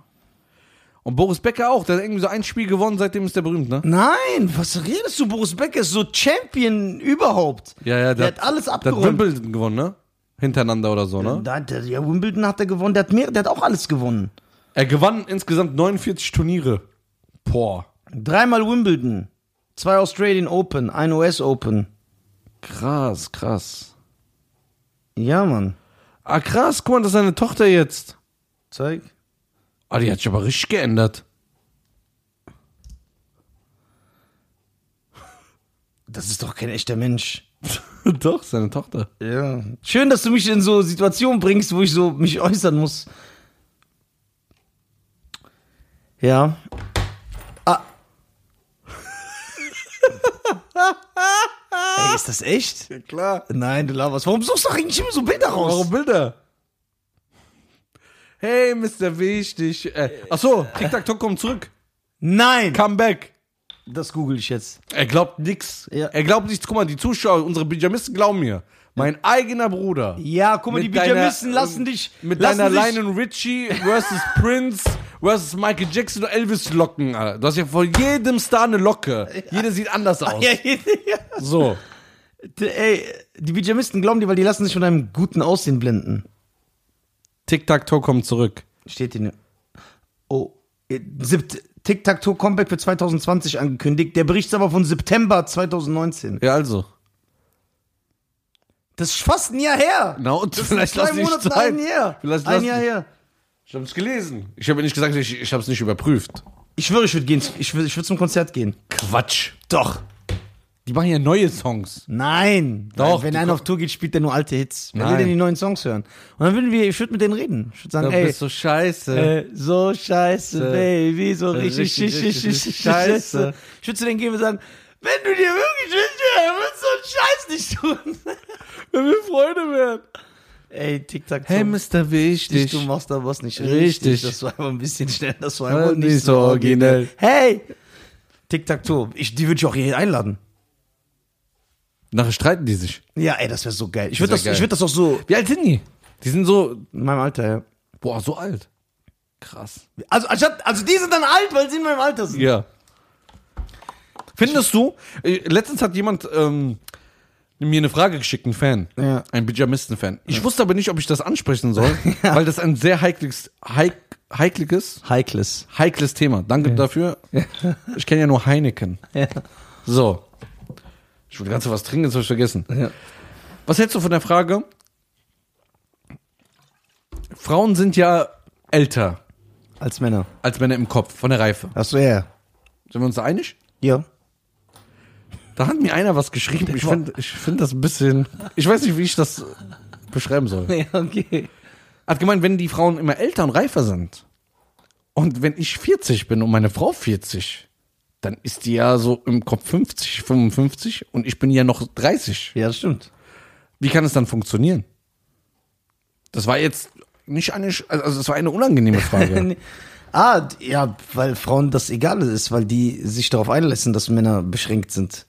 Und Boris Becker auch, der hat irgendwie so ein Spiel gewonnen, seitdem ist der berühmt, ne? Nein, was redest du? Boris Becker ist so Champion überhaupt. der hat alles Der hat abgeräumt. Wimbledon gewonnen, ne? Hintereinander oder so, ne? Da, der, ja, Wimbledon hat er gewonnen. Der hat, mehr, der hat auch alles gewonnen. Er gewann insgesamt 49 Turniere. Boah. Dreimal Wimbledon. Zwei Australian Open, ein US Open. Krass, krass. Ja, Mann. Ah, krass, guck mal, das ist seine Tochter jetzt. Zeig. Ah, die hat sich aber richtig geändert. Das ist doch kein echter Mensch. Doch, seine Tochter. Ja. Schön, dass du mich in so Situationen bringst, wo ich so mich äußern muss. Ja. Ah. Ey, ist das echt? Ja, klar. Nein, du laberst. Warum suchst du doch eigentlich immer so Bilder raus? Warum Bilder? Hey, Mr. Wichtig. Äh, achso, Tic-Tac-Toe kommt zurück. Nein! Comeback. Das google ich jetzt. Er glaubt nix. Ja. Er glaubt nichts. Guck mal, die Zuschauer, unsere Pyjamisten glauben mir. Mein eigener Bruder. Ja, guck mal, Mit die deiner- ähm, Pyjamisten lassen dich. Mit lassen deiner dich- Lionel Richie versus Prince versus Michael Jackson und Elvis Locken, Alter. Du hast ja vor jedem Star eine Locke. Jeder sieht anders aus. Ja, ja. So. Ey, die Pyjamisten glauben dir, weil die lassen sich von deinem guten Aussehen blenden. Tic-Tac-Toe kommt zurück. Steht hier. ne- Oh. äh, Siebt, Tic-Tac-Toe Comeback für 2020 angekündigt. Der Bericht ist aber von September 2019. Ja, also. Das ist fast ein Jahr her. Na und vielleicht lass Zwei ich Monate, ein Jahr. Vielleicht ein lass Jahr her. Ich hab's gelesen. Ich habe nicht gesagt, ich, ich hab's nicht überprüft. Ich schwöre, ich würde gehen. Ich würde ich würd zum Konzert gehen. Quatsch. Doch. Die machen ja neue Songs. Nein. Doch, Wenn die einer auf Tour geht, spielt der nur alte Hits. Wer will Nein. denn die neuen Songs hören? Und dann würden wir, ich würde mit denen reden. Ich würde sagen, ey, so scheiße. Äh, so scheiße, Äh, Baby, so äh, richtig, richtig, richtig, richtig, richtig scheiße. scheiße. Ich würde zu denen gehen und sagen, wenn du dir wirklich wünschst, dann würdest du einen Scheiß nicht tun. Wenn wir Freunde wären. Ey, Tic-Tac, Hey, so Mr. richtig, Wichtig. du machst da was nicht Richtig. richtig. Das war einfach ein bisschen schnell, das war einfach Äh, nicht so originell. Hey! Tic-Tac-Toe, ich, die würde ich auch hier einladen. Nachher streiten die sich. Ja, ey, das wäre so geil. Ich würde wär das, geil. ich würd das auch so Wie alt sind die? Die sind so, in meinem Alter, ja. boah, so alt. Krass. Also, anstatt, also die sind dann alt, weil sie in meinem Alter sind. Ja. Findest du, äh, letztens hat jemand ähm, mir eine Frage geschickt, ein Fan, Ja. ein Pyjamisten-Fan. Ich wusste aber nicht, ob ich das ansprechen soll, weil das ein sehr heikles, heik, heikliges, Heikles. heikles Thema. Danke dafür. Ich kenne ja nur Heineken. Ja. So. Ich wollte ganz was trinken, jetzt habe ich vergessen. Ja. Was hältst du von der Frage? Frauen sind ja älter Als Männer. als Männer im Kopf, von der Reife. Achso, ja. Sind wir uns da einig? Ja. Da hat mir einer was geschrieben. Ich finde ich find das ein bisschen. Ich weiß nicht, wie ich das beschreiben soll. Ja, okay. Hat gemeint, wenn die Frauen immer älter und reifer sind und wenn ich 40 bin und meine Frau 40, dann ist die ja so im Kopf 50, 55 und ich bin ja noch 30. Ja, das stimmt. Wie kann es dann funktionieren? Das war jetzt nicht eine, sch- also das war eine unangenehme Frage. Nee. Ah, d- ja, weil Frauen das egal ist, weil die sich darauf einlassen, dass Männer beschränkt sind.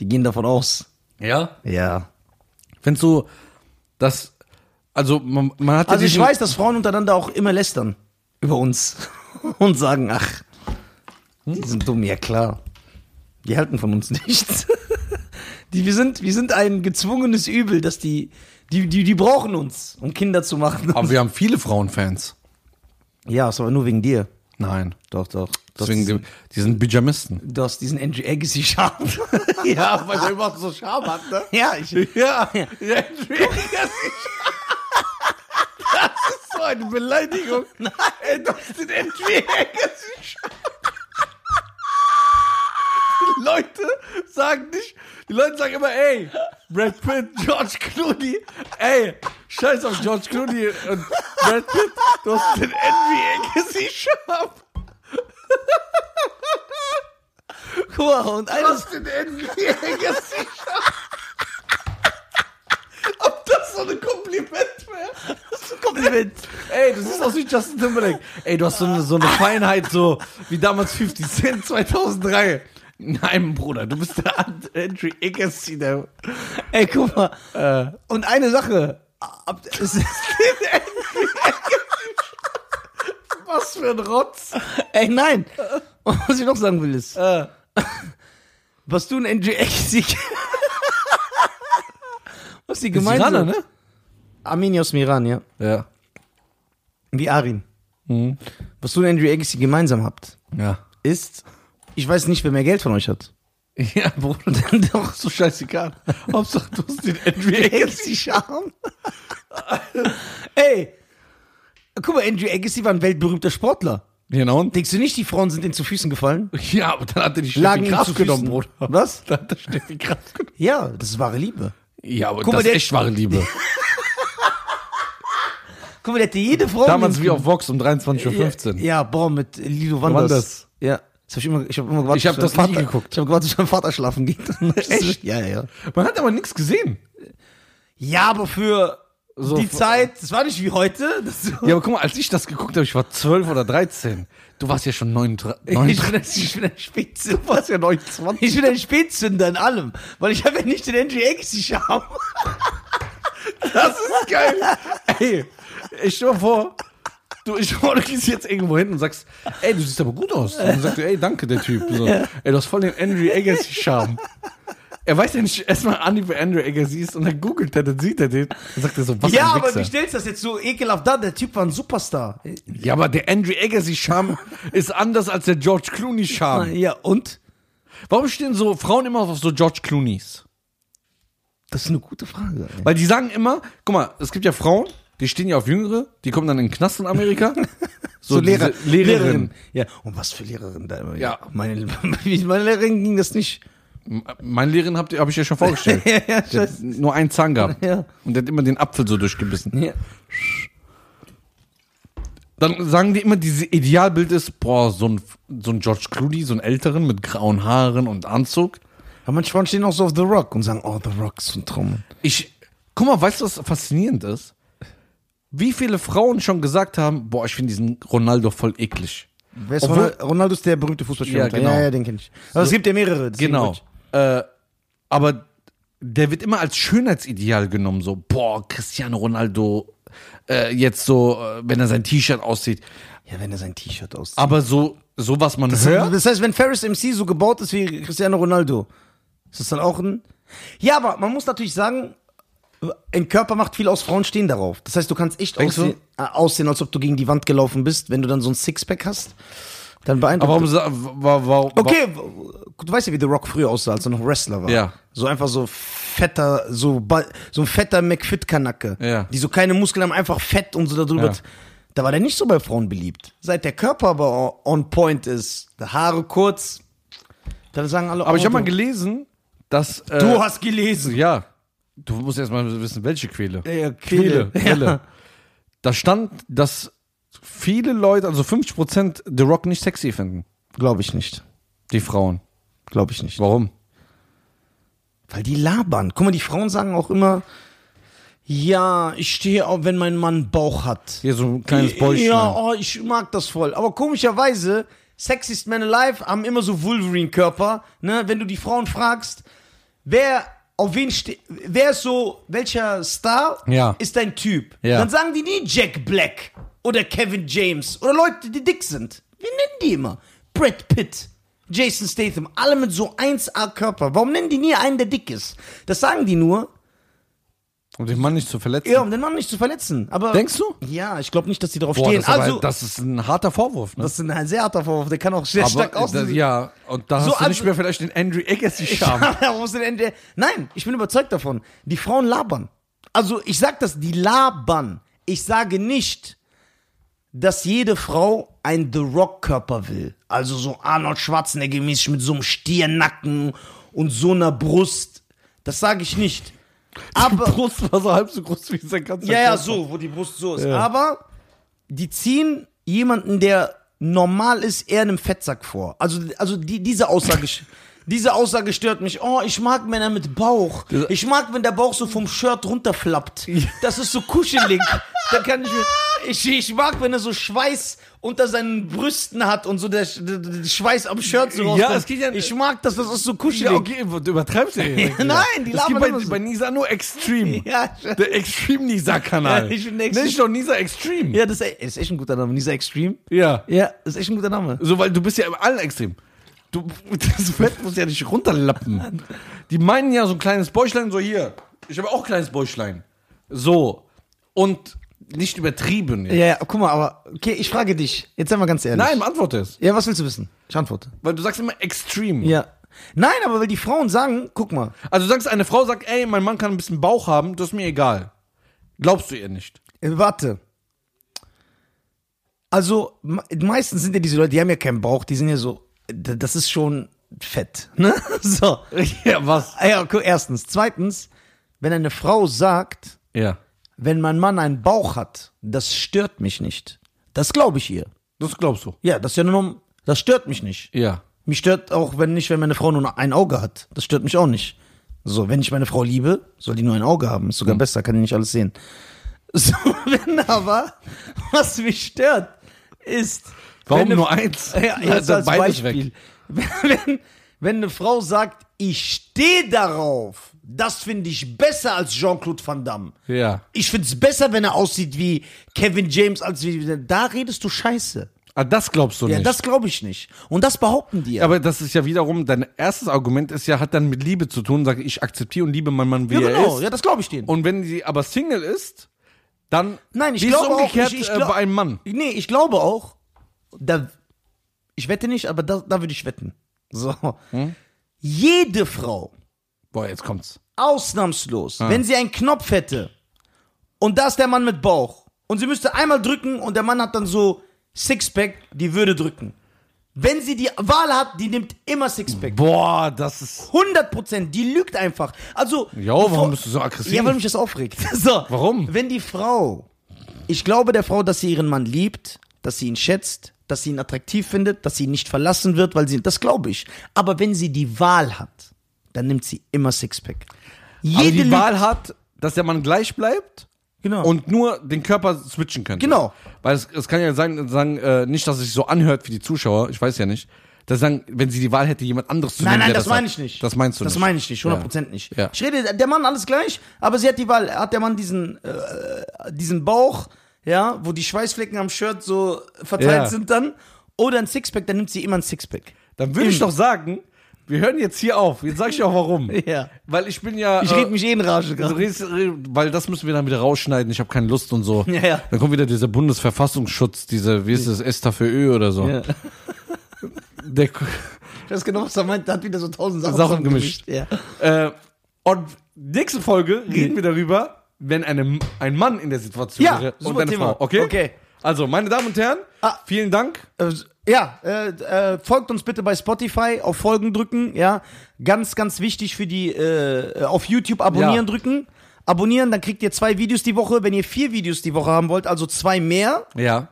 Die gehen davon aus. ja? Ja. Findest du, dass, also man, man hat ja Also ich diesen- weiß, dass Frauen untereinander auch immer lästern über uns und sagen, ach, die sind dumm, ja klar. Die halten von uns nichts. Die, wir, sind, wir sind ein gezwungenes Übel, dass die, die, die, die brauchen uns, um Kinder zu machen. aber wir haben viele Frauenfans. Ja, ist aber nur wegen dir. Nein. Doch, doch. Du Deswegen, hast, ge- die sind Pyjamisten. du hast diesen Agassi-Charme. Ja, weil der immer so Charme hat, ne? ja, ich, Ja, ja. Entschuldigung. Das ist so eine Beleidigung. Nein, Ey, das sind Entwicklungsgeschichten. Die Leute sagen nicht, die Leute sagen immer, ey, Brad Pitt, George Clooney, ey, scheiß auf George Clooney und Brad Pitt, du hast den Envy-Gesicht ab. guck mal, und eines, den Envy-Gesicht ab. Ob das so ein Kompliment wäre? Kompliment. Ey, das ist aus wie Justin Timberlake. Ey, du hast so eine, so eine Feinheit, so wie damals 50 Cent 2003. Nein, Bruder, du bist der Andrew Eggersi, der Ey, guck mal. Äh. Und eine Sache. Ab, es ist, was für ein Rotz. ey, nein. Und was ich noch sagen will ist, Äh, was du ein NG Exig. was die gemeint Iraner, sind. ne? Armin aus Miran, ja. Ja. Wie Arin. Was du und Andrew Agassi gemeinsam habt, Mhm. Ja. ist, ich weiß nicht, wer mehr Geld von euch hat. Ja, Bruder, dann doch so scheißegal. Hauptsache, du hast den Andrew Agassi Charme. Ey, guck mal, Andrew Agassi war ein weltberühmter Sportler. Genau. Denkst du nicht, die Frauen sind ihm zu Füßen gefallen? Ja, aber dann hat er die Lagen Steffi ihm zu Kraft genommen, Füßen. Bruder. Was? Dann hat er Steffi Kraft genommen. Ja, das ist wahre Liebe. Ja, aber Guck mal, das der- ist echt wahre Liebe. Guck mal, der hätte jede Frau. Damals wie auf Vox um 23.15 Uhr. Ja, ja, boah, mit Lilo Wanders. Wanders. Ja. Das hab ich immer, ich habe immer gewartet, Ich hab bis das mein nie Vater, geguckt. Ich habe gewartet, bis mein Vater schlafen geht. Echt? Ja, ja. Man hat aber nichts gesehen. Ja, aber für So die vor- Zeit, das war nicht wie heute. Das so- Ja, aber guck mal, als ich das geguckt habe, ich war 12 oder 13. Du warst ja schon 39. ich, bin, ein- ich bin ein Spätzünder. Was ja 29. Ich bin ein Spätzünder in allem, weil ich habe ja nicht den Andrew Agassi Charme. Das ist geil. Ey, ich stell mir vor, du, ich stell mir vor, du gehst jetzt irgendwo hin und sagst, ey, du siehst aber gut aus. Und dann sagt er, ey, danke, der Typ. So, Ey, du hast voll den Andrew Agassi-Charme. Er weiß ja nicht erstmal an, wer Andrew Agassi ist und dann googelt er, dann sieht er den. Dann sagt er so, was Ja, ein aber Wichser. wie stellst du das jetzt so ekelhaft dar? Der Typ war ein Superstar. Ja, aber der Andrew Agassi-Charme ist anders als der George Clooney-Charme. Ah, Ja, und? Warum stehen so Frauen immer auf so George Clooneys? Das ist eine gute Frage. ey. Weil die sagen immer, guck mal, es gibt ja Frauen, die stehen ja auf Jüngere, die kommen dann in den Knast in Amerika. So, diese Lehrerin. Ja, und was für Lehrerin da immer. Ja. Meine, meine Lehrerin ging das nicht. M- Meine Lehrerin habe hab ich ja schon vorgestellt. ja, ja, die hat nur einen Zahn gehabt. Ja. Und der hat immer den Apfel so durchgebissen. Ja. Dann sagen die immer, dieses Idealbild ist, boah, so ein, so ein George Clooney, so ein Älteren mit grauen Haaren und Anzug. Aber manche Frauen stehen auch so auf The Rock und sagen, oh, The Rock ist ein Traum. Ich, guck mal, weißt du, was faszinierend ist? Wie viele Frauen schon gesagt haben, boah, ich finde diesen Ronaldo voll eklig. Wer ist Obwohl- Ronald- Ronaldo ist der berühmte Fußballspieler. Ja, genau. ja, ja, den kenne ich. Aber es gibt ja mehrere. deswegen Genau. wollte ich- Äh, aber der wird immer als Schönheitsideal genommen, so, boah, Cristiano Ronaldo äh, jetzt so, äh, wenn er sein T-Shirt auszieht. Ja, wenn er sein T-Shirt auszieht. Aber so, so was man hört. Das heißt, wenn Ferris MC so gebaut ist wie Cristiano Ronaldo, ist das dann auch ein. Ja, aber man muss natürlich sagen, ein Körper macht viel aus, Frauen stehen darauf. Das heißt, du kannst echt Denkst aussehen, äh, aussehen, als ob du gegen die Wand gelaufen bist, wenn du dann so ein Sixpack hast. Dann beeindruckt. Aber warum, sa- wa- wa- wa- okay, w- du weißt ja, wie The Rock früher aussah, als er noch Wrestler war. Ja. So einfach so fetter, so, ba- so ein fetter McFit-Kanacke. Ja. Die so keine Muskeln haben, einfach fett und so darüber. Ja. Da war der nicht so bei Frauen beliebt. Seit der Körper aber on on point ist, die Haare kurz, dann sagen alle, Aber ich oh, habe mal du- gelesen, dass. Äh, Du hast gelesen. Ja. Du musst erst mal wissen, welche Quelle. Ja, Quelle. Kehle. Quelle. Da stand, dass viele Leute, also 50% The Rock nicht sexy finden. Glaube ich nicht. Die Frauen. Glaube ich nicht. Warum? Weil die labern. Guck mal, die Frauen sagen auch immer, ja, ich stehe auf, wenn mein Mann Bauch hat. Hier so ein kleines Bäuchchen. Ja, oh, ich mag das voll. Aber komischerweise, Sexiest Men Alive haben immer so Wolverine-Körper. Ne? Wenn du die Frauen fragst, wer auf wen steht, wer ist so, welcher Star Ja. ist dein Typ? Ja. Dann sagen die nie Jack Black oder Kevin James oder Leute, die dick sind. Wie nennen die immer? Brad Pitt. Jason Statham, alle mit so 1A-Körper. Warum nennen die nie einen, der dick ist? Das sagen die nur, Um den Mann nicht zu verletzen. ja, um den Mann nicht zu verletzen. Aber Denkst du? ja, ich glaube nicht, dass die drauf Boah, stehen. das, ist aber- halt also, das, das ist ein harter Vorwurf. Ne? ist ein sehr harter Vorwurf, der kann auch sehr stark Aber, aussehen. das, ja, und da hast So, du nicht also- mehr vielleicht den Andrew Agassi-Charme. Warum muss denn der- Nein, ich bin überzeugt davon. Die Frauen labern. Also ich sag das, die labern. Ich sage nicht, dass jede Frau einen The Rock-Körper will. Also so Arnold Schwarzenegger mäßig mit so einem Stirnacken und so einer Brust. Das sage ich nicht. Aber Brust war so halb so groß wie sein ganzer Ja, ja, Körper. so, wo die Brust so ist. Aber die ziehen jemanden, der normal ist, eher einem Fettsack vor. Also, also die, diese Aussage. Diese Aussage stört mich. Oh, ich mag Männer mit Bauch. Ich mag, wenn der Bauch so vom Shirt runterflappt. Das ist so kuschelig. da kann ich mir. Ich, ich mag, wenn er so Schweiß unter seinen Brüsten hat und so der, Sch- der, der Schweiß am Shirt so rauskommt. es geht ja- ich mag das, das ist so Ja, kuschelig. okay, du übertreibst ja. hier. Ja, nein, die Es labern gibt bei, immer so. bei Nisa nur Extreme. Ja, ja, Der Extreme Nisa-Kanal. Ja, ich bin Extreme. Nenn doch Nisa Extreme. das ist e- das ist echt ein guter Name. Dieser Extreme. Ja. Ja, das ist echt ein guter Name. So, weil du bist ja im allen Extrem. Du, das Fett muss ja nicht runterlappen. Die meinen ja so ein kleines Bäuchlein, so hier. Ich habe auch ein kleines Bäuchlein. So. Und nicht übertrieben. jetzt. Ja, ja, guck mal, aber okay, ich frage dich. Jetzt sei mal ganz ehrlich. Nein, beantworte es. Ja, was willst du wissen? Ich antworte. Weil du sagst immer Extreme. Ja. Nein, aber weil die Frauen sagen, guck mal, Also du sagst, eine Frau sagt, ey, mein Mann kann ein bisschen Bauch haben, das ist mir egal. Glaubst du ihr nicht? äh, warte. Also, me- meistens sind ja diese Leute, die haben ja keinen Bauch, die sind ja so, d- das ist schon fett, ne? So. Ja, was? Ah Ja, gu- erstens. Zweitens, wenn eine Frau sagt, Ja. wenn mein Mann einen Bauch hat, das stört mich nicht. Das glaube ich ihr. Das glaubst du. Ja, das ist ja nur, das stört mich nicht. Ja. Mich stört auch, wenn nicht, wenn meine Frau nur ein Auge hat. Das stört mich auch nicht. So, wenn ich meine Frau liebe, soll die nur ein Auge haben. Ist Mhm. sogar besser, kann die nicht alles sehen. So, wenn aber, was mich stört, ist. Warum wenn eine- nur eins? Ja, Ja, jetzt dann als beides Beispiel. Wenn, wenn eine Frau sagt, ich stehe darauf, das finde ich besser als Jean-Claude Van Damme. Ja. Ich finde es besser, wenn er aussieht wie Kevin James, als wie. Da redest du Scheiße. Ah, das glaubst du Ja, nicht. das glaube ich nicht. Und das behaupten die ja. aber das ist ja wiederum, dein erstes Argument ist ja, hat dann mit Liebe zu tun. Sag ich akzeptiere und liebe meinen Mann, wie Ja, er genau, ist. ja, das glaube ich denen. Und wenn sie aber Single ist, dann Nein, ich wie glaube ist es umgekehrt auch, ich, ich äh, glaub- bei einem Mann. nee, ich glaube auch, da, ich wette nicht, aber da, da würde ich wetten. So. Hm? Jede Frau, Boah, jetzt kommt's. ausnahmslos, Ah. wenn sie einen Knopf hätte und da ist der Mann mit Bauch und sie müsste einmal drücken und der Mann hat dann so Sixpack, die würde drücken. Wenn sie die Wahl hat, die nimmt immer Sixpack. Boah, das ist. 100 Prozent, die lügt einfach. Also. Ja, warum bevor- bist du so aggressiv? Ja, weil mich das aufregt. So. Warum? Wenn die Frau, ich glaube der Frau, dass sie ihren Mann liebt, dass sie ihn schätzt, dass sie ihn attraktiv findet, dass sie ihn nicht verlassen wird, weil sie, das glaube ich. Aber wenn sie die Wahl hat, dann nimmt sie immer Sixpack. Aber die lügt- Wahl hat, dass der Mann gleich bleibt genau. und nur den Körper switchen könnte. Genau. Weil es, es kann ja sein, sagen, äh, nicht, dass es sich so anhört für die Zuschauer, ich weiß ja nicht. Da sagen, wenn sie die Wahl hätte, jemand anderes zu Nein, nehmen. nein, der das, meine sagt. ich nicht. Das meinst du das nicht. Das meine ich nicht, 100% nicht. Ja. Ich rede, der Mann alles gleich, aber sie hat die Wahl. Hat der Mann diesen, äh, diesen Bauch, ja, wo die Schweißflecken am Shirt so verteilt Ja. sind dann, oder ein Sixpack, dann nimmt sie immer ein Sixpack. Dann würde ich doch sagen, wir hören jetzt hier auf. Jetzt sag ich auch warum. Ja. Weil ich bin ja. Ich äh, rede mich eh in Rage du gerade. redest- red- weil das müssen wir dann wieder rausschneiden. Ich habe keine Lust und so. Ja, ja. Dann kommt wieder dieser Bundesverfassungsschutz, dieser, wie ist das, Esta für Ö oder so. Ja. Der, Ich weiß genau, was er meint. Da hat wieder so tausend Sachen, Sachen gemischt. Ja. äh, und nächste Folge Mhm. reden wir darüber, wenn eine, ein Mann in der Situation Ja, wäre und super eine Thema. Frau. Okay? Okay. Also, meine Damen und Herren, Ah. vielen Dank. Äh, ja, äh, äh, folgt uns bitte bei Spotify, auf Folgen drücken, ja. Ganz, ganz wichtig für die, äh, auf YouTube abonnieren Ja. drücken. Abonnieren, dann kriegt ihr zwei Videos die Woche. Wenn ihr vier Videos die Woche haben wollt, also zwei mehr, Ja.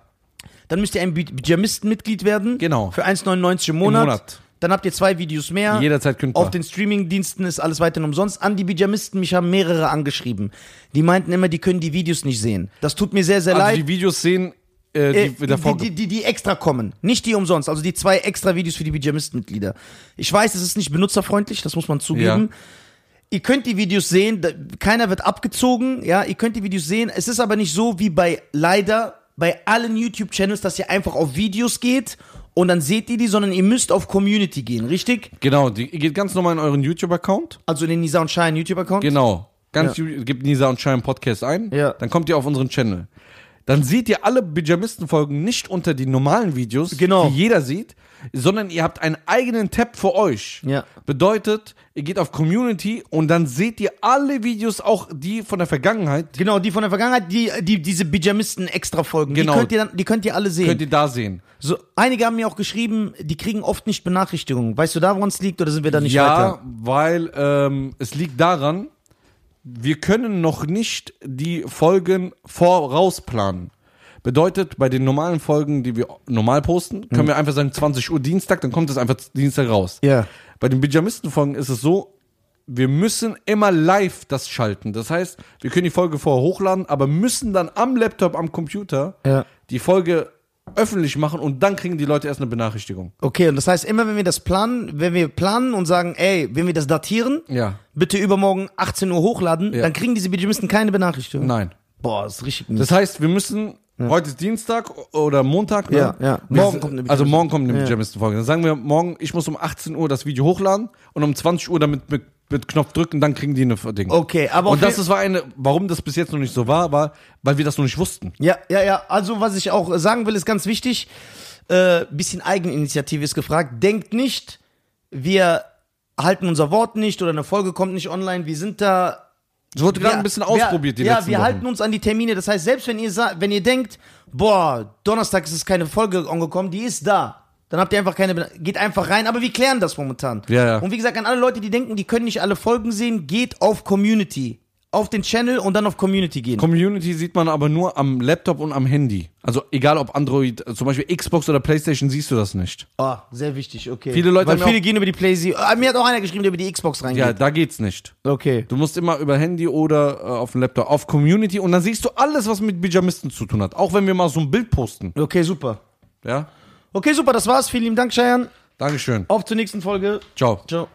dann müsst ihr ein Bi- Pyjamistenmitglied werden. Genau. Für 1,99 im Monat. Monat. Dann habt ihr zwei Videos mehr. Jederzeit kündbar. Auf den Streamingdiensten ist alles weiterhin umsonst. An die Pyjamisten, mich haben mehrere angeschrieben. Die meinten immer, die können die Videos nicht sehen. Das tut mir sehr, sehr Also, leid. die Videos sehen, äh, Äh, die, der die, die, die, die extra kommen. Nicht die umsonst. Also die zwei extra Videos für die Pyjamisten-Mitglieder. Ich weiß, es ist nicht benutzerfreundlich, das muss man zugeben. Ihr könnt die Videos sehen, da, keiner wird abgezogen, ja, ihr könnt die Videos sehen. Es ist aber nicht so wie bei leider bei allen YouTube-Channels, dass ihr einfach auf Videos geht und dann seht ihr die, sondern ihr müsst auf Community gehen, richtig? Genau, die geht ganz normal in euren YouTube-Account. Also in den Nisa und Shine YouTube-Account. Genau. Ganz ju- gebt Nisa und Schein Podcast ein. Ja. Dann kommt ihr auf unseren Channel. Dann seht ihr alle Pyjamisten-Folgen nicht unter die normalen Videos, Genau. die jeder sieht, sondern ihr habt einen eigenen Tab für euch. Ja. Bedeutet, ihr geht auf Community und dann seht ihr alle Videos, auch die von der Vergangenheit, die Genau, die von der Vergangenheit, die, die diese Pyjamisten-Extra-Folgen, Genau. die, könnt ihr dann, die könnt ihr alle sehen. könnt ihr da sehen. So, einige haben mir auch geschrieben, die kriegen oft nicht Benachrichtigungen. Weißt du da, woran es liegt oder sind wir da nicht ja, weiter? weil ähm, es liegt daran, wir können noch nicht die Folgen vorausplanen. Bedeutet, bei den normalen Folgen, die wir normal posten, können wir einfach sagen 20 Uhr Dienstag, dann kommt es einfach Dienstag raus. Mhm. Ja. Bei den Pyjamisten-Folgen ist es so, wir müssen immer live das schalten. Das heißt, wir können die Folge vorher hochladen, aber müssen dann am Laptop, am Computer Ja. die Folge öffentlich machen und dann kriegen die Leute erst eine Benachrichtigung. Okay, und das heißt, immer wenn wir das planen, wenn wir planen und sagen, ey, wenn wir das datieren, Ja. bitte übermorgen 18 Uhr hochladen, Ja. dann kriegen diese Pyjamisten keine Benachrichtigung. Nein. Boah, das ist richtig mies. Das heißt, wir müssen. Heute ist Dienstag oder Montag. Ne? Ja, ja. Wir- Morgen kommt eine also morgen kommt eine Ja. Pyjamisten-Folge. Dann sagen wir morgen, ich muss um 18 Uhr das Video hochladen und um 20 Uhr damit mit, mit Knopf drücken, dann kriegen die eine Ding. Okay, aber auf und das jeden- ist war eine, warum das bis jetzt noch nicht so war, war, weil wir das noch nicht wussten. Ja, ja, ja. Also, was ich auch sagen will, ist ganz wichtig. Äh, bisschen Eigeninitiative ist gefragt. Denkt nicht, wir halten unser Wort nicht oder eine Folge kommt nicht online. Wir sind da Es wurde gerade Ja, ein bisschen wir- ausprobiert die Ja, letzten wir Wochen. halten uns an die Termine. Das heißt, selbst wenn ihr, sa- wenn ihr denkt, boah, Donnerstag ist es keine Folge angekommen, die ist da. Dann habt ihr einfach keine, Be- geht einfach rein, aber wir klären das momentan. Ja, ja. Und wie gesagt, an alle Leute, die denken, die können nicht alle Folgen sehen, geht auf Community. Auf den Channel und dann auf Community gehen. Community sieht man aber nur am Laptop und am Handy. Also egal ob Android, zum Beispiel Xbox oder Playstation, siehst du das nicht. Ah, sehr wichtig, okay. Viele Leute Weil haben ja viele auch- gehen über die PlayStation. Ah, mir hat auch einer geschrieben, der über die Xbox reingeht. Ja, da geht's nicht. Okay. Du musst immer über Handy oder äh, auf dem Laptop, auf Community und dann siehst du alles, was mit Pyjamisten zu tun hat. Auch wenn wir mal so ein Bild posten. Okay, super. Ja? Okay, super, das war's. Vielen lieben Dank, Cheyenne. Dankeschön. Auf zur nächsten Folge. Ciao. Ciao.